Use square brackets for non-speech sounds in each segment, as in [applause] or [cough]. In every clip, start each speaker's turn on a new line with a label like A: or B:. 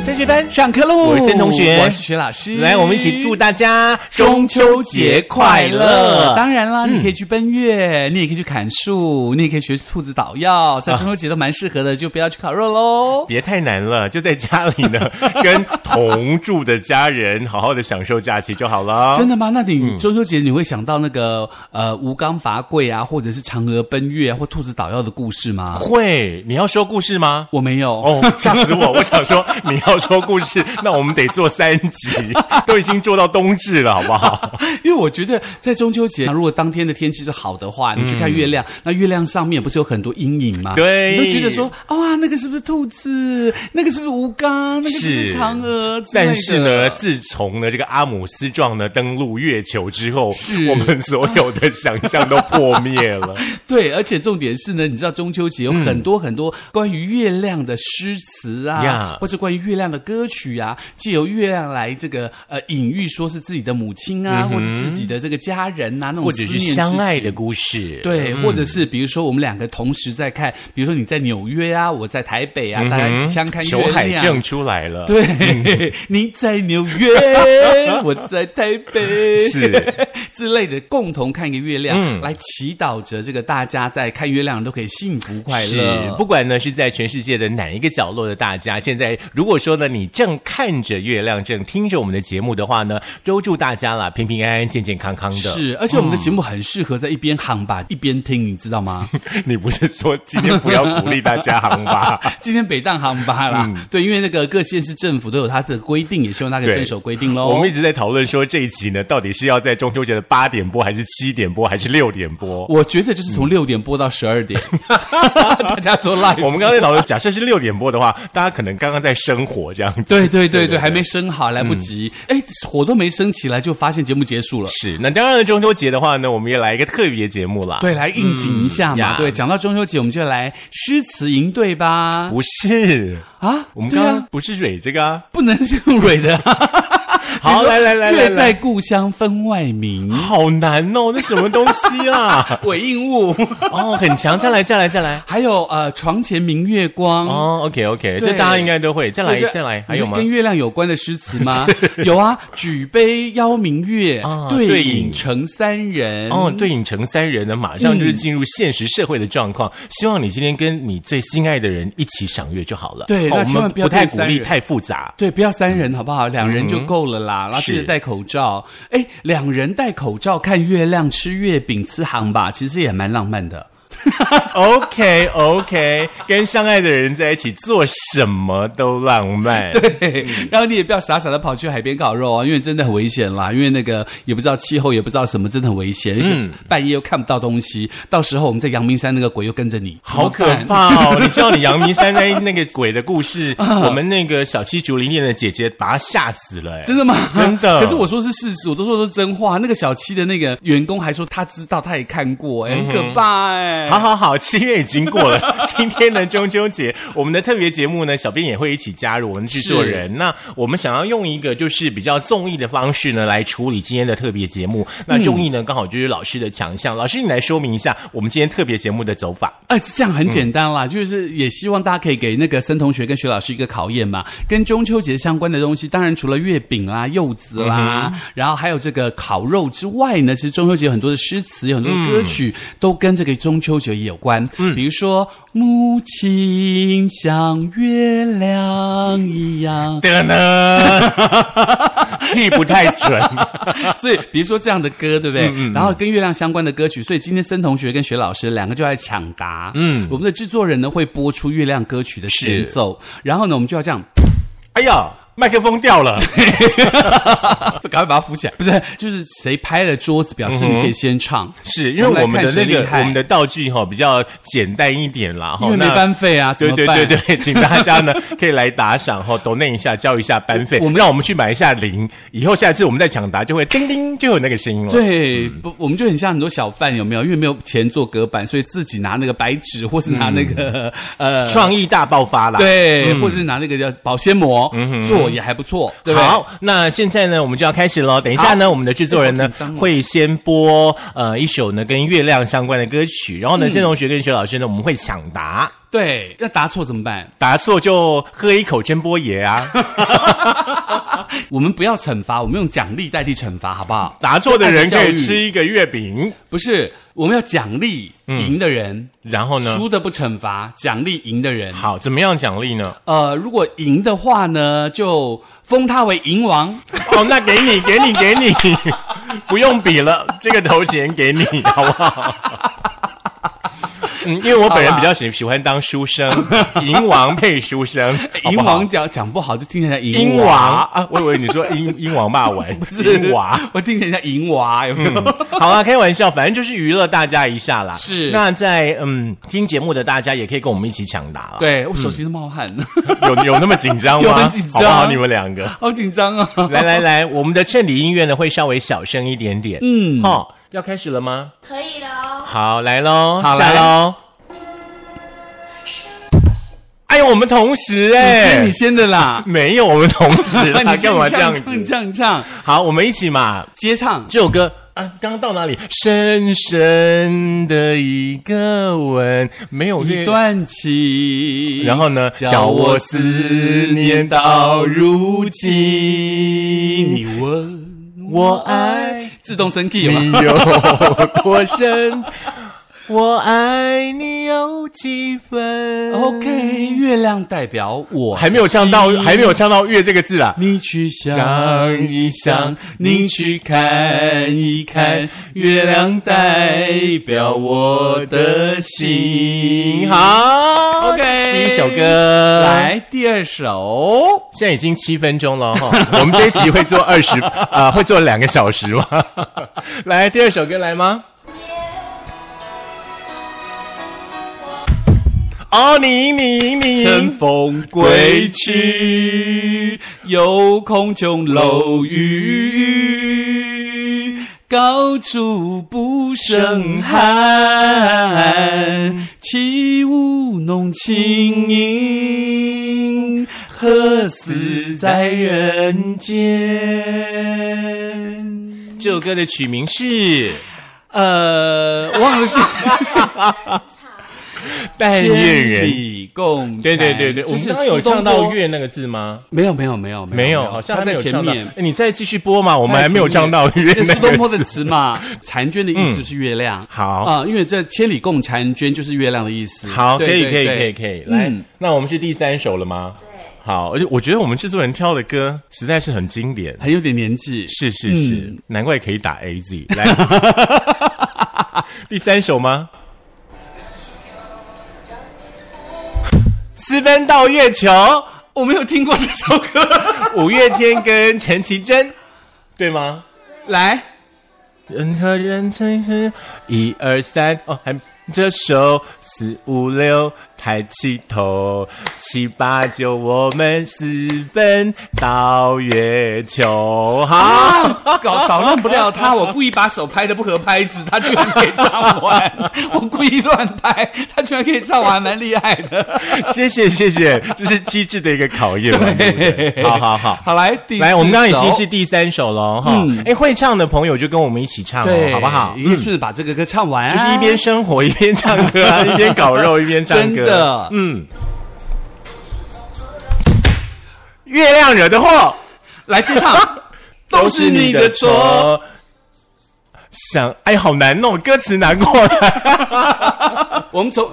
A: 三学班
B: 上课喽！
A: 哦我是森同学
B: 我是徐老师。
A: 来，我们一起祝大家中秋节快乐！嗯
B: 当然啦，你可以去奔月，你也可以去砍树，你也可以学兔子捣
A: 啊
B: 药，在中秋节都蛮适合的，就不要去烤肉喽。
A: 别太难了，就在家里 [laughs] 呢，跟同住的家人好好的享受假期就好嗯了。
B: 真的吗？那你中秋节你会想到那个呃吴刚伐桂啊，或者是嫦娥奔月啊，或兔子捣药的故事吗？
A: 会，你要说故事吗？
B: 我没有，
A: 哦，吓死我！我想说你要说故事， [laughs] 那我们得做三集， [laughs] 都已经做到冬至了，好不 [laughs] 好？
B: 因为我觉得在中秋节，如果当天的天气是好的话，你去看月亮，那月亮上面不是有很多阴影吗？
A: 对
B: 你都觉得说，哇，那个是不是兔子？那个是不是吴刚？那个是不是
A: 是
B: 嫦娥？之类的
A: 但是呢，自从呢这个阿姆斯壮呢登陆月球之后
B: 是，
A: 我们所有的想象都破灭了。
B: 对，而且重点是呢，你知道中秋节有很多很多关于月亮的诗词啊，
A: 呀
B: 或者关于月亮的歌曲啊，借由月亮来这个呃隐喻，说是自己的母亲啊，或者自己的这个家人呐、啊，那种
A: 或者
B: 思
A: 是
B: 念
A: 相
B: 之
A: 爱
B: 情
A: 的故事，嗯
B: 对，或者是比如说我们两个同时在看，比如说你在纽约啊，我在台北啊，大家一起相看月
A: 裘嗯海
B: 亮。
A: 正出来了， [laughs]
B: 对，你在纽约，我在台北，
A: 是
B: [laughs]
A: 嗯
B: 之类的，共同看一个月亮，来祈祷着这个大家在看月亮都可以幸福快
A: 是，
B: 乐。
A: 不管呢是在全世界的哪一个角落的大家，现在如果说呢你正看着月亮，正听着我们的节目的话呢，都祝大家啦平平安安、健健康康的。，嗯
B: 是，而且我们的节目很适合在一边喊吧，一边听，你知道
A: [laughs]
B: 吗？
A: 你不是说今天不要鼓励大家行
B: [laughs]
A: 吧？
B: 今天北大航吧啦，对，因为那个各县市政府都有它的规定，也希望大家
A: 嗯对
B: 遵守规定喽。
A: 我们一直在讨论说这一集呢，到底是要在中秋节的八点播，还是七点播，还是六点播？
B: 我觉得就是从六点播到十二
A: [laughs]
B: 点， [laughs] 大家做 live。
A: 嗯我们刚才讨论，假设是六点播的话，大家可能刚刚在生火这样子。
B: 对对对对，还没生
A: 嗯
B: 好，来不及。哎、火都没升起来，就发现节目结束了。
A: 是，那当然了，中秋节的话呢，我们也来一个特别节目啦。
B: 对，来应景一下
A: 啊
B: 嘛。
A: 嗯呀
B: 对，讲到中秋节，我们就来诗词吟对吧？
A: 不是，
B: 啊，
A: 我们
B: 对
A: 刚刚
B: 啊、
A: 不是蕊这个啊。
B: 不能是用蕊的。
A: [laughs] 好来来来来
B: 月
A: 来
B: 在故乡分外
A: [laughs]
B: 明，
A: 好难哦，那什么东西
B: [laughs]
A: 啦？
B: 尾应物。
A: 哦，很强，再来，再来，再来。
B: 还有呃，床前明月光。
A: 哦，OK OK，
B: 嗯对
A: 这大家应该都会。再来，
B: 对
A: 再来，还
B: 你
A: 有吗
B: 跟？月亮有关的诗词
A: [laughs]
B: 吗？有啊，举杯邀明月，
A: 啊
B: 对
A: 对
B: 影
A: 影
B: 成三人。嗯
A: 哦，对影成三人呢，马上就是进入现实社会的状况。希望你今天跟你最心爱的人一起赏月就好了。
B: 对
A: 好
B: 那
A: 我
B: 千万
A: 们
B: 不要
A: 不太
B: 对
A: 鼓
B: 三
A: 励
B: 人
A: 太复杂。
B: 对，不要三人好不
A: 嗯
B: 好？两人就够了啦。然后记得
A: 是
B: 戴口罩。哎，两人戴口罩看月亮、吃月饼、吃杭吧，其实也蛮浪漫的。
A: OK OK，跟相爱的人在一起做什么都浪
B: [laughs]
A: 漫。嗯
B: 嘿然后你也不要傻傻的跑去海边烤肉啊，因为真的很危险啦。因为那个也不知道气候，也不知道什么，真的很危险。而
A: 嗯
B: 且半夜又看不到东西，到时候我们在阳明山那个鬼又跟着你，
A: 好
B: 怎
A: 可
B: 么办。
A: 怕哦！你知道你阳明山那那个鬼的
B: [laughs]
A: 故事，
B: 啊
A: 我们那个小七竹林店的姐姐把她吓死了、哎
B: [laughs] 真的吗？
A: 真的。
B: 可是我说是事实，我都说的是真话。那个小七的那个员工还说他知道，他也看过，哎、很可怕哎、
A: 嗯好好好，七月已经过了， [laughs] 今天呢中秋节，我们的特别节目呢，小编也会一起加入我们制作人。那我们想要用一个就是比较综艺的方式呢，来处理今天的特别节目。那综
B: 嗯
A: 艺呢，刚好就是老师的强项。老师，你来说明一下我们今天特别节目的走法。
B: 啊，是这样
A: 嗯
B: 很简单啦，就是也希望大家可以给那个森同学跟徐老师一个考验嘛。跟中秋节相关的东西，当然除了月饼啦、柚子
A: 嗯
B: 啦，然后还有这个烤肉之外呢，其实中秋节有很多的诗词，有很多的歌曲、
A: 嗯
B: 都跟这个中秋节也有关。嗯，比如说“母亲像月亮一样
A: 对了 [laughs] 呢，屁不太准。”，
B: [laughs] 所以比如说这样的歌，对不对？
A: 嗯
B: 然后跟月亮相关的歌曲，所以今天森同学跟徐老师两个就来抢答。嗯，我们的制作人呢会播出月亮歌曲的前奏，然后呢我们就要这样。 [laughs]
A: 哎呀，麦克风掉了。
B: 赶快把它扶起来。不是，就是谁拍了桌子，表示你可以先唱，
A: 是因为
B: 我
A: 我们的那
B: 们来看谁厉
A: 个
B: 害
A: 我们的道具哈、比较简单一点啦哈、
B: 因为没
A: 那
B: 班费啊，怎
A: 对
B: 么
A: 对
B: 办？
A: 对对，请大家呢 [laughs] 可以来打赏哈，抖内一下，交一下班费，
B: 我
A: 我
B: 们
A: 们让我们去买一下零，以后下次我们再抢答就会叮叮就有那个声音了。
B: 对不，我们就很像很多小贩，有没有？因为没有钱做隔板，所以自己拿那个白纸，或是拿那个、呃，
A: 创意大爆发啦！，
B: 对，或者是拿那个叫保鲜膜、做，也还不错，对不对？
A: 嗯好，那现在呢，我们就要开始喽。等一下呢，我们的制作人
B: 哎
A: 呢
B: 好紧张哦
A: 会先
B: 嗯
A: 播呃一首呢跟月亮相关的歌曲，然后呢，郑同学跟徐老师呢我们会抢答。
B: 对，那答错怎么办？
A: 答错就喝一口真波爷
B: [laughs]
A: 啊！
B: 我们不要惩罚，我们用奖励代替惩罚，好不好？
A: 答错的人可以吃
B: 是爱的教育，
A: 一个月饼，
B: 不是我们要奖励赢的人，
A: 然后呢？
B: 输的不惩罚，奖励赢的人。
A: 嗯好，怎么样奖励呢？
B: 呃，如果赢的话呢，就封他为赢王。
A: 哦，那给你， [laughs] 给你，给你，不用比了，这个头衔给你， [laughs] 好不好？嗯，因为我本人比较喜喜欢当
B: [laughs]
A: 书生，银王配书生，好
B: 赢
A: 不好
B: 王讲讲不好，就听起来像
A: 英
B: 赢
A: 王
B: 娃，
A: 啊！我以为你说 [laughs] 英英王骂完，
B: [laughs] 是
A: 英娃。，
B: 我听起来像赢娃，有没有？
A: 嗯好啦，开玩笑，反正就是娱乐大家一下啦。
B: 是
A: 那在嗯听节目的大家也可以跟我们一起抢答了。
B: 对我手心都冒汗，
A: [laughs] 有有那么紧张
B: [laughs]
A: 吗？
B: 有很紧张
A: 好不好？你们两个，
B: 好紧张啊！
A: [laughs] 来来来，我们的衬底音乐呢会稍微小声一点点。嗯，好、要开始了吗？
C: 可以了哦。
A: 好，来喽，
B: 好
A: 下
B: 来
A: 喽。哎呦，我们同时
B: 你
A: 哎、。
B: 先，你先的啦
A: 没有，我们同
B: [laughs]
A: 时啦，
B: 你先
A: 干嘛
B: [laughs] 你
A: 这
B: 唱
A: 样子？
B: 唱唱唱，
A: 好，我们一起嘛。
B: 接唱。
A: 这首歌啊，刚刚到哪里？深深的一个吻，没有
B: 一
A: 乐。
B: 段情，
A: 然后呢？叫
B: 叫
A: 我
B: 我
A: 思
B: 思
A: 念
B: 念
A: 到
B: 到
A: 如
B: 如
A: 今，
B: 今。
A: 你
B: 问
A: 我爱，
B: 自动升 key
A: 你
B: 吗？
A: 有多深？我爱你有几分
B: OK，月亮代表我
A: 还没有唱到，还没有唱到“月”这个字啊啦。
B: 你去想
A: 想一
B: 一
A: 想
B: 想，
A: 你
B: 你
A: 去
B: 去
A: 看
B: 看
A: 一
B: 一
A: 看
B: 看，
A: 月
B: 月
A: 亮
B: 亮
A: 代
B: 代
A: 表
B: 表
A: 我
B: 我
A: 的
B: 的
A: 心
B: 心。
A: 好
B: ，OK，
A: 第一首歌
B: 来第二首，
A: 现在已经七分钟了哈， [laughs] 我们这一集会做二十， [laughs] 啊，会做两个小时吗？ [laughs] 来，第二首歌来吗？哦，你赢，你赢，你
B: 乘
A: 赢。
B: 风归去，有空琼楼玉宇，高处不胜寒。起舞弄清影，何似在人间？
A: 这首歌的曲名是《
B: 呃，忘了是
A: 但愿人
B: 千》。里共婵
A: 对对对对，我
B: 这
A: 们
B: 是
A: 刚刚有
B: 苏东
A: 唱到“
B: 坡
A: 月”那个字吗？
B: 没有没有没有
A: 没有，好像
B: 他
A: 还没
B: 在
A: 有
B: 前
A: 唱到。
B: 面
A: 哎。你再继续播嘛，我们还没有唱到“月”
B: 那
A: 那
B: 苏东
A: 个
B: 坡
A: 字。嗯
B: 的词嘛，婵娟的意思是月亮。
A: 好
B: 啊，因为这千里共婵娟就是月亮的意思。
A: 好，可
B: 对
A: 以，
B: 对
A: 可以，可以，
B: 对
A: 可以。来
B: 嗯，
A: 那我们是第三首了吗？
C: 对，
A: 好，而且我觉得我们制作人挑的歌实在是很经典。
B: 还有点年纪。
A: 是是是，难怪可以打 A Z。来， [laughs] 第三首吗？私奔到月球，
B: 我没有听过这首歌。
A: 五月天跟陈绮贞，对吗？
B: 来，
A: 人和人成是一二三哦，还这首四五六抬起头，七八九我们私奔到月球。好，
B: 搞捣乱不了他，我故意把手拍的不合拍子，他居然可以唱完。我故意乱拍，他居然可以唱完，蛮厉害的。
A: [laughs] 谢谢谢谢，这是机智的一个考验嘛，对不对？好好好。
B: [laughs] 好来，第
A: 来，我们刚刚已经
B: 四首嗯
A: 是第三首了哈。哎、会唱的朋友就跟我们一起唱哦，
B: 对，哎
A: 好不好？
B: 一定顺着把这个歌唱完啊，
A: 就是一边生活一边唱歌啊，
B: [laughs]
A: 一边搞肉一边唱
B: 真
A: 歌。
B: 的
A: 嗯。月亮惹的祸
B: 来接
A: [laughs]
B: 唱，都是你的错。。
A: 想，哎，好难弄，歌词难过来。
B: 我们从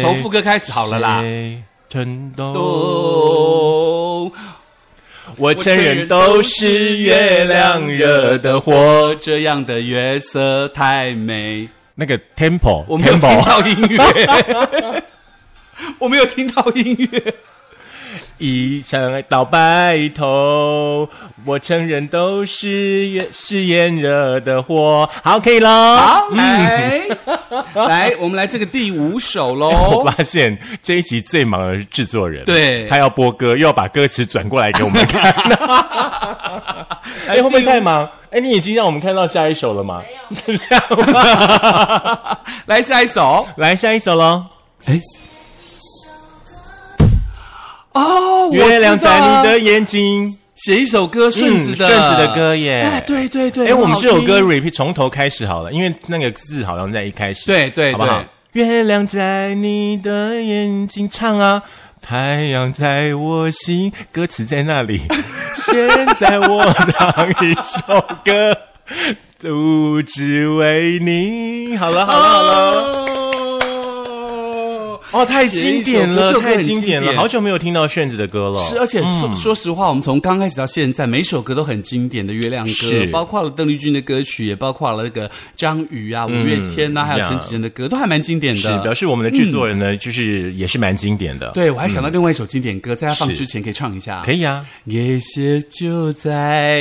B: 从副歌开始好了啦。
A: 谁承懂，
B: 咚，
A: 我承认都是月亮惹的祸。
B: 我这样的月色太美。
A: 那个 tempo，
B: 我没有听
A: tempo
B: 到音 [laughs] 乐，我没有听到音乐。
A: 一场到白头，我承认都是月是炎热的火。好，可以喽。
B: 好，来，来，我们来这个第五首
A: 我
B: [laughs] 喽。
A: 发现这一集最忙的是制作人，
B: 对
A: 他要播歌，又要把歌词转过来给
B: [laughs]
A: 我们看，哎、
B: 哎
A: 会不会
B: 第五
A: 太忙？哎、你已经让我们看到下一首了吗？是这样吗？
B: 来下一首。
A: 来下一首喽，
B: 哎，哦，我
A: 月亮
B: 知道
A: 在你的眼睛，
B: 写一首歌顺子的
A: 嗯顺子的歌耶
B: 哎对对对。
A: 哎、我
B: 很
A: 们
B: 好
A: 这首
B: 听
A: 歌 repeat 从头开始好了，因为那个字好像在一开始，
B: 对对
A: 好不好
B: 对？
A: 月亮在你的眼睛唱啊，太阳在我心，歌词在那里。现在我唱一首歌，都只为你。好了，好了，好了。
B: 哦，
A: 哦，太经典
B: 写一首
A: 了，
B: 歌这首歌
A: 太
B: 很
A: 经典
B: 经典
A: 了！好久没有听到炫子的歌了。
B: 是，而且
A: 嗯
B: 说说实话，我们从刚开始到现在，每首歌都很经典的月亮
A: 是
B: 歌，包括了邓丽君的歌曲，也包括了那个张宇啊、五月天啊，还有
A: 嗯呀
B: 陈绮贞的歌，都还蛮经典
A: 是表
B: 的。嗯
A: 示我们的制作人呢，就是也是蛮经典的。，
B: 对，我还想到另外一首经典歌，在它放
A: 是
B: 之前可以唱一下。
A: 可以啊。
B: 也许就在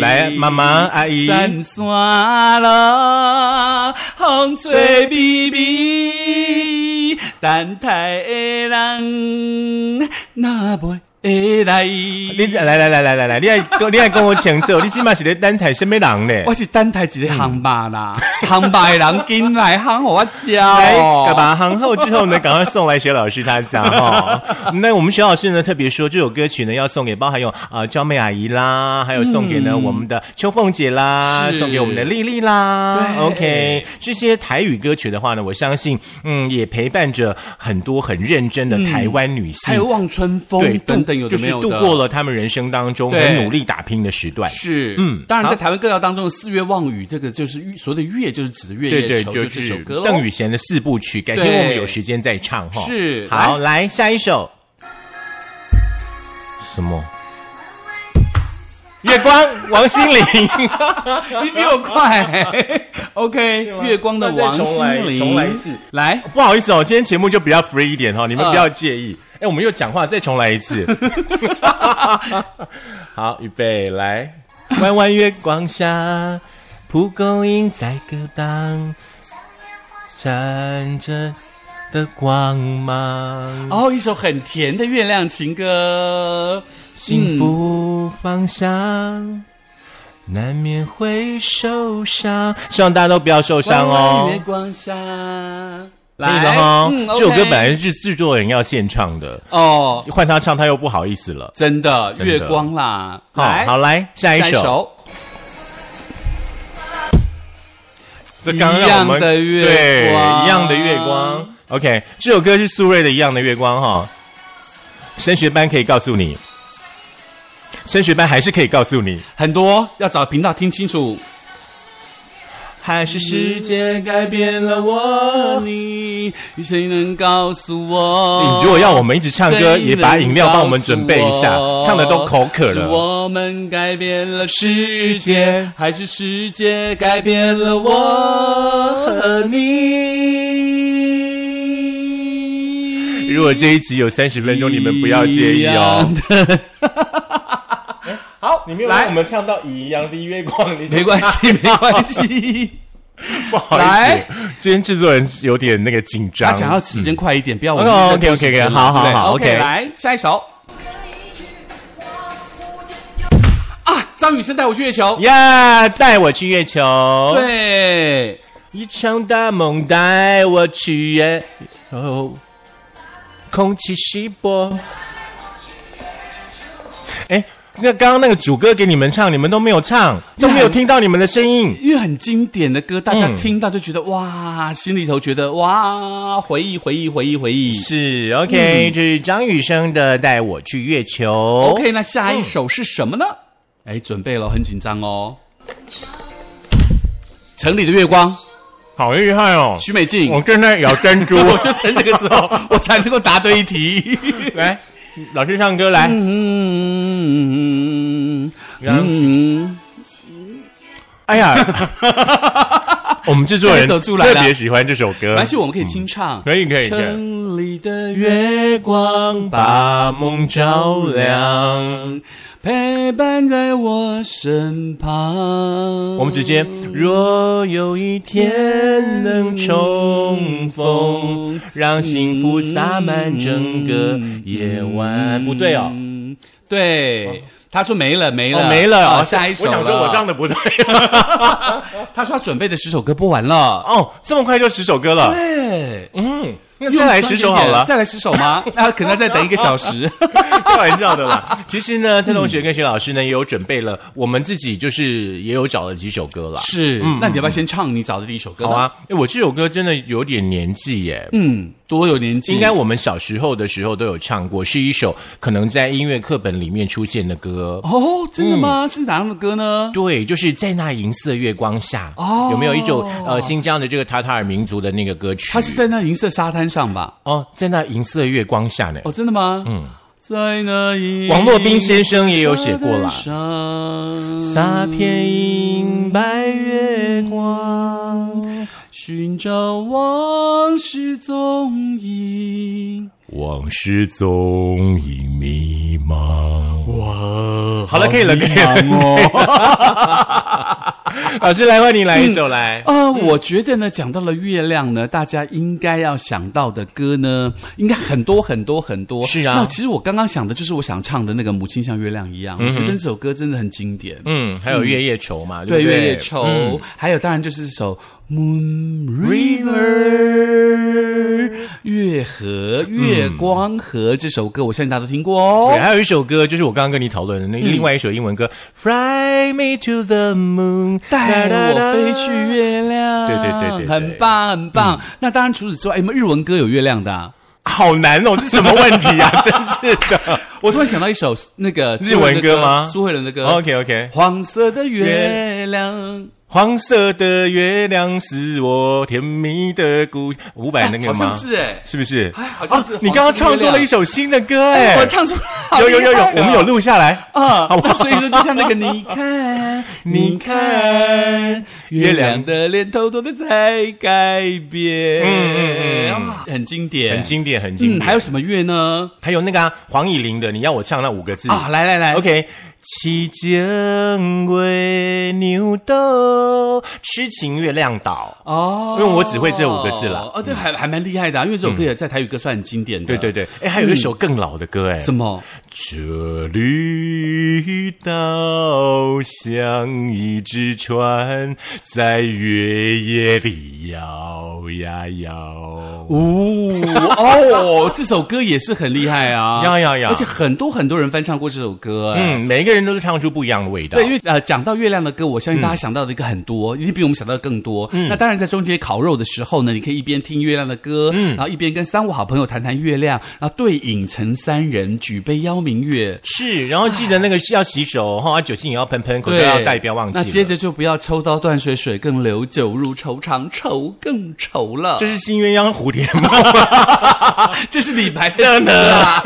A: 来妈妈阿姨
B: 山山路，风吹微微，等待的人哪袂会来？
A: 你来来来来来来，你爱你爱跟 [laughs] 我请求，你起码是咧单台什么人呢？
B: 我是等待一个航吧啦， [laughs] 航吧的人进来航给我哦
A: 来，
B: 教。
A: 哎干嘛？行后之后呢，赶快送来雪老师他
B: [laughs]
A: 家哈、哦。那我们雪老师呢，特别说这首歌曲呢，要送给包含有啊娇妹阿姨啦，还有送给呢、我们的秋凤姐啦，
B: 嗯是
A: 送给我们的丽丽啦。
B: 对
A: OK，这些台语歌曲的话呢，我相信，嗯，也陪伴着很多很认真的台湾女性。
B: 还有望春
A: 对
B: 风，哦等
A: 度
B: 等，有的没有
A: 就
B: 的。
A: 是度过了他们人生当中
B: 对
A: 很努力打拼的时段。
B: 是，
A: 嗯
B: 嗯，当然，
A: 好
B: 在台湾歌谣当中的四月望雨，这个就是月所谓的月，就是指的月
A: 对对，
B: 夜愁，
A: 就
B: 这
A: 是
B: 首歌咯
A: 邓雨贤的四部曲，改天
B: 对
A: 我们有时间再唱哈。
B: 是
A: 好，来下一首，什么？月光，王心凌，
B: 你 [laughs] 比我快、OK，月光的王心凌，
A: 重来一次
B: 来
A: 不好意思哦，今天节目就比较 free 一点哈、哦，你们
B: 嗯
A: 不要介意。哎、我们又讲话，再重来一次。好，预备，来，弯弯月光下，蒲公英在歌当，闪着的光芒。
B: 哦，一首很甜的月亮情歌，
A: 幸福方向。难免会受伤，希望大家都不要受
B: 弯
A: 伤
B: 弯
A: 哦
B: 月。光下，
A: 可以
B: 来
A: 的哈、
B: 嗯
A: 这首歌
B: OK
A: 本来是制作人要现唱的，
B: 哦，
A: 换他唱他又不好意思了。
B: 真的
A: 真的
B: 月光啦，
A: 好，
B: 来，
A: 好，来下一
B: 下一
A: 首。
B: 首。
A: 这刚刚让我们
B: 一样的月光
A: 对一样的月光。OK，这首歌是苏芮的《一样的月光》哈。升学班可以告诉你，升学班还是可以告诉你，
B: 很多要找频道听清楚。
A: 还是世界改变了我。
B: 你谁能告诉我？
A: 你如果要我们一直唱歌，
B: 谁
A: 也把
B: 能
A: 饮料帮我们
B: 告诉
A: 准备一下
B: 我，
A: 唱的都口渴
B: 是
A: 了。
B: 我们改变了世界，还是世界改变了我和你？
A: 如果这一集有三十分钟，你们不要介意哦。 [laughs]
B: 好，
A: 你没有让我
B: 来，
A: 们唱到《一样的月光》，你就
B: [laughs] 没关系，没关系。
A: [laughs] 不好意
B: 来
A: 思，今天制作人有点那个紧张，
B: 他想要时间快一点，不要我们
A: 哦
B: 一直在
A: OK，OK，OK，
B: 做事情
A: 好好
B: 对
A: 好
B: ，OK，
A: OK
B: 来下一首啊，张雨生带我去月球，
A: 呀，带我去月球。
B: 对，
A: 一场大梦带我去月球，空气稀薄。哎，那刚刚那个主歌给你们唱，你们都没有唱，都没有听到你们的声音。
B: 因为很经典的歌，大家
A: 嗯
B: 听到就觉得哇，心里头觉得哇，回忆回忆回忆回忆。
A: 是 OK，、这是张雨生的《带我去月球》。
B: 嗯 OK，那下一首是什么呢？
A: 嗯
B: 哎，准备了，很紧张哦。城里的月光，
A: 好厉害哦！
B: 许美静。
A: [laughs] 我正在咬珍珠。
B: 我就趁这个时
A: [laughs]
B: 候，我才能够答对一题。
A: 来，老师唱歌来。嗯
B: 嗯
A: 然后
B: 嗯，
A: 哎
B: [laughs]
A: 呀，我们制作人
B: 这首出来了
A: 特别喜欢这首歌
B: 而。且我们可以清唱。
A: 可以可以可以。
B: 城里的月光
A: 把梦照亮。
B: 陪伴在我身旁。
A: 我
B: 我
A: 们直接，若有一天能重逢，让幸福洒满整个夜晚。不对哦，
B: 嗯，对。他说没了，没了，
A: 哦没了
B: 啊
A: 哦，
B: 下一首
A: 我想说
B: 了
A: 我唱的 [laughs] 不对
B: 他说他准备的十首歌播完了。
A: 哦哦，这么快就十首歌了。
B: 对，
A: 嗯，那再来十首好了
B: 再来十首 [laughs] 吗？那可能要再等一个小时。
A: 开玩笑的 [laughs] 啦。其实呢，蔡同学跟徐老师呢也有准备了，我们自己就是也有找了几首歌啦。
B: [laughs]
A: [laughs]
B: 是，那你要不要先唱你找的第一首歌呢？
A: 嗯好啊，哎，我这首歌真的有点年纪耶，
B: 嗯，多有年纪，
A: 应该我们小时候的时候都有唱过，是一首可能在音乐课本里面出现的歌。
B: 哦，真的吗？是哪样的歌呢？
A: 对，嗯就是在那银色月光下，
B: 哦
A: 有没有一种呃新疆的这个塔塔尔民族的那个歌曲？
B: 它是在那银色沙滩上吧？
A: 哦，在那银色月光下呢。
B: 哦，真的吗？嗯，在那银
A: 王洛宾先生也有写过啦
B: 沙滩上
A: 洒遍银白月光，
B: 寻找往事踪影。
A: 往事踪影迷茫。
B: 哇，
A: 好了可以了
B: 迷
A: 可以了 [laughs]
B: 茫哦。
A: 老师来，换你来一首来。
B: 呃，我觉得呢，讲到了月亮呢，大家应该要想到的歌呢，应该很多很多很多。
A: 是啊
B: 那其实我刚刚想的就是我想唱的那个《母亲像月亮一样》，我觉得这首歌真的很经典。
A: 嗯，还有月夜愁嘛，
B: 对，
A: 不对？
B: 月夜愁，
A: 嗯
B: 还有当然就是这首《Moon River》月河月光河这首歌，我相信大家都听过哦。嗯
A: 对，啊还有一首歌，就是我刚刚跟你讨论的那另外一首英文歌，Fly me to the moon，
B: 带我飞去。月亮，
A: 对对对对对嗯
B: 很棒很棒。那当然，除此之外，哎，有没有日文歌有月亮的、啊？
A: 好难哦，这什么问题
B: [laughs]
A: 啊？真是的。
B: 我突然想到一首那个
A: 日文歌吗哦
B: 苏慧伦的歌。
A: OK OK，
B: 黄色的月亮，
A: 黄色的月亮是我甜蜜的故五百那个
B: 好
A: 吗
B: 像？是哎，
A: 是不是？哦
B: 哎，好像是。
A: 你刚刚创作了一
B: 首，
A: 首新的歌
B: 哎，
A: 哎
B: 我，唱出来，
A: 有有有有，
B: 好厉害哦
A: 我们有录下来。
B: 啊
A: 好不好，
B: 所以说就像那个，你
A: [laughs]
B: 看，你看，月亮的脸偷偷的在改变，
A: 嗯嗯嗯嗯
B: 啊很经典，
A: 很经典，很
B: 嗯，
A: 经典。
B: 还有什么乐呢？
A: 还有那个啊，黄以玲的，你要我唱那五个字
B: 啊，来来来
A: OK，七情月牛豆，痴情月亮岛。
B: 哦，
A: 因为我只会这五个字啦嗯
B: 哦，对，还还蛮厉害的啊，因为这首歌也在台语歌算很经典的，
A: 对对对，哎，还有一首更老的歌，哎，
B: 什么？
A: 这绿岛像一只船，在月夜里摇呀摇。
B: 哦哦，这首歌也是很厉害啊，
A: 呀呀呀
B: 而且很多很多人翻唱过这首歌，哎。
A: 嗯，每一个人都是唱出不一样的味道。
B: 对，因为呃，讲到月亮的歌，我相信大家
A: 嗯
B: 想到的一个很多，一定比我们想到的更多。那当然，在中间烤肉的时候呢，你可以一边听月亮的歌，
A: 嗯
B: 然后一边跟三五好朋友谈谈月亮，然后对影成三人，举杯邀明月。
A: 是，然后记得那个是要洗手哈，啊酒精也要喷喷，口罩要戴，不要忘记
B: 那
A: 了。
B: 接着就不要抽刀断水，水更流；酒入愁肠，愁更愁了。
A: 这
B: 这
A: 是新鸳鸯蝴蝶梦。
B: 这是李白
A: [laughs]
B: 的词啊。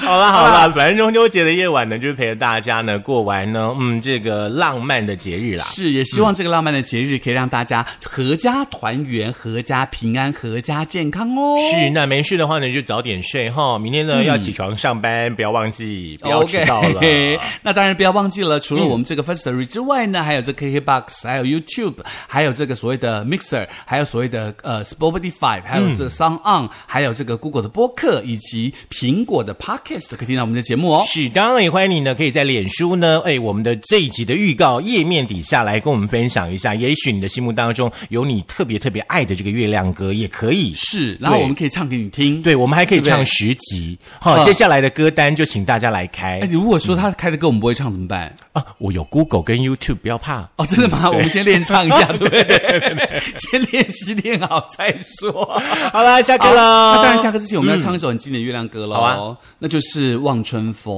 A: 好啦好啦，反正中秋节的夜晚呢，就是陪着大家呢过完呢，嗯，这个浪漫的嗯节日啦。
B: 是，也希望这个浪漫的节日可以让大家阖家团圆、阖家平安、阖家健康哦。
A: 是，那没事的话呢，就早点睡哈。明天
B: 嗯
A: 呢、要起床上班，不要忘记，不要迟到了。嗯
B: OK，那 [laughs] 当然不要忘记了，除了我们这个 Firstory 之外呢，还有这 KKBox，还有 YouTube，还有这个所谓的 Mixer，还有所谓的呃 Spotify，还有这
A: 嗯
B: 个 Sound On，、还有这个 Google 的播客，以及苹果的 Podcast 可以听到我们的节目哦。
A: 是，当然也欢迎你呢，可以在脸书呢，哎，我们的这一集的预告页面底下来跟我们分享一下。也许你的心目当中有你特别特别爱的这个月亮歌，也可以。
B: 是，然后我们可以唱给你听。
A: 对，我们还可以
B: 对不对
A: 唱十集。好，
B: 嗯
A: 接下来的歌单就请大家来开
B: 哎，你如果说他开的歌我们不会唱怎么办？
A: 啊！我有 Google 跟 YouTube，不要怕。
B: 哦，真的
A: 嗯
B: 吗？我们先练唱一
A: [laughs]
B: 下，对不对？先练习练好再说。
A: [laughs] 好啦，下课
B: 好
A: 啦。
B: 那当然，下课之前我们要唱一首很经典的月亮歌喽。
A: 好啊，
B: 那就是《望春风》。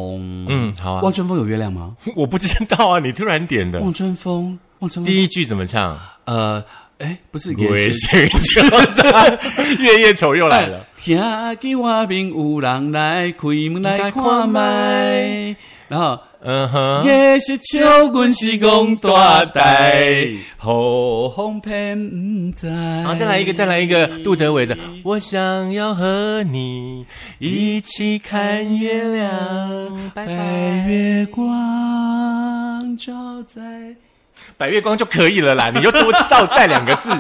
A: 嗯好啊
B: 望春风有月亮吗？
A: 我不知道啊，你突然点的。
B: 望春风，望春风。
A: 第一句怎么唱？
B: 呃，哎，不是
A: 鬼
B: 也是。
A: 谁叫他月夜愁又来了。
B: 听见外面有人来开门来看麦，然后
A: [laughs] 嗯哼，
B: 也是笑阮是戆大呆，好风偏唔知。
A: 嗯好，再来一个，再来一个，杜德伟的《我想要和你一起看月亮》，嗯拜
B: 白
A: 拜，
B: 月光照在。
A: 白月光就可以了啦，你就多照再两个字。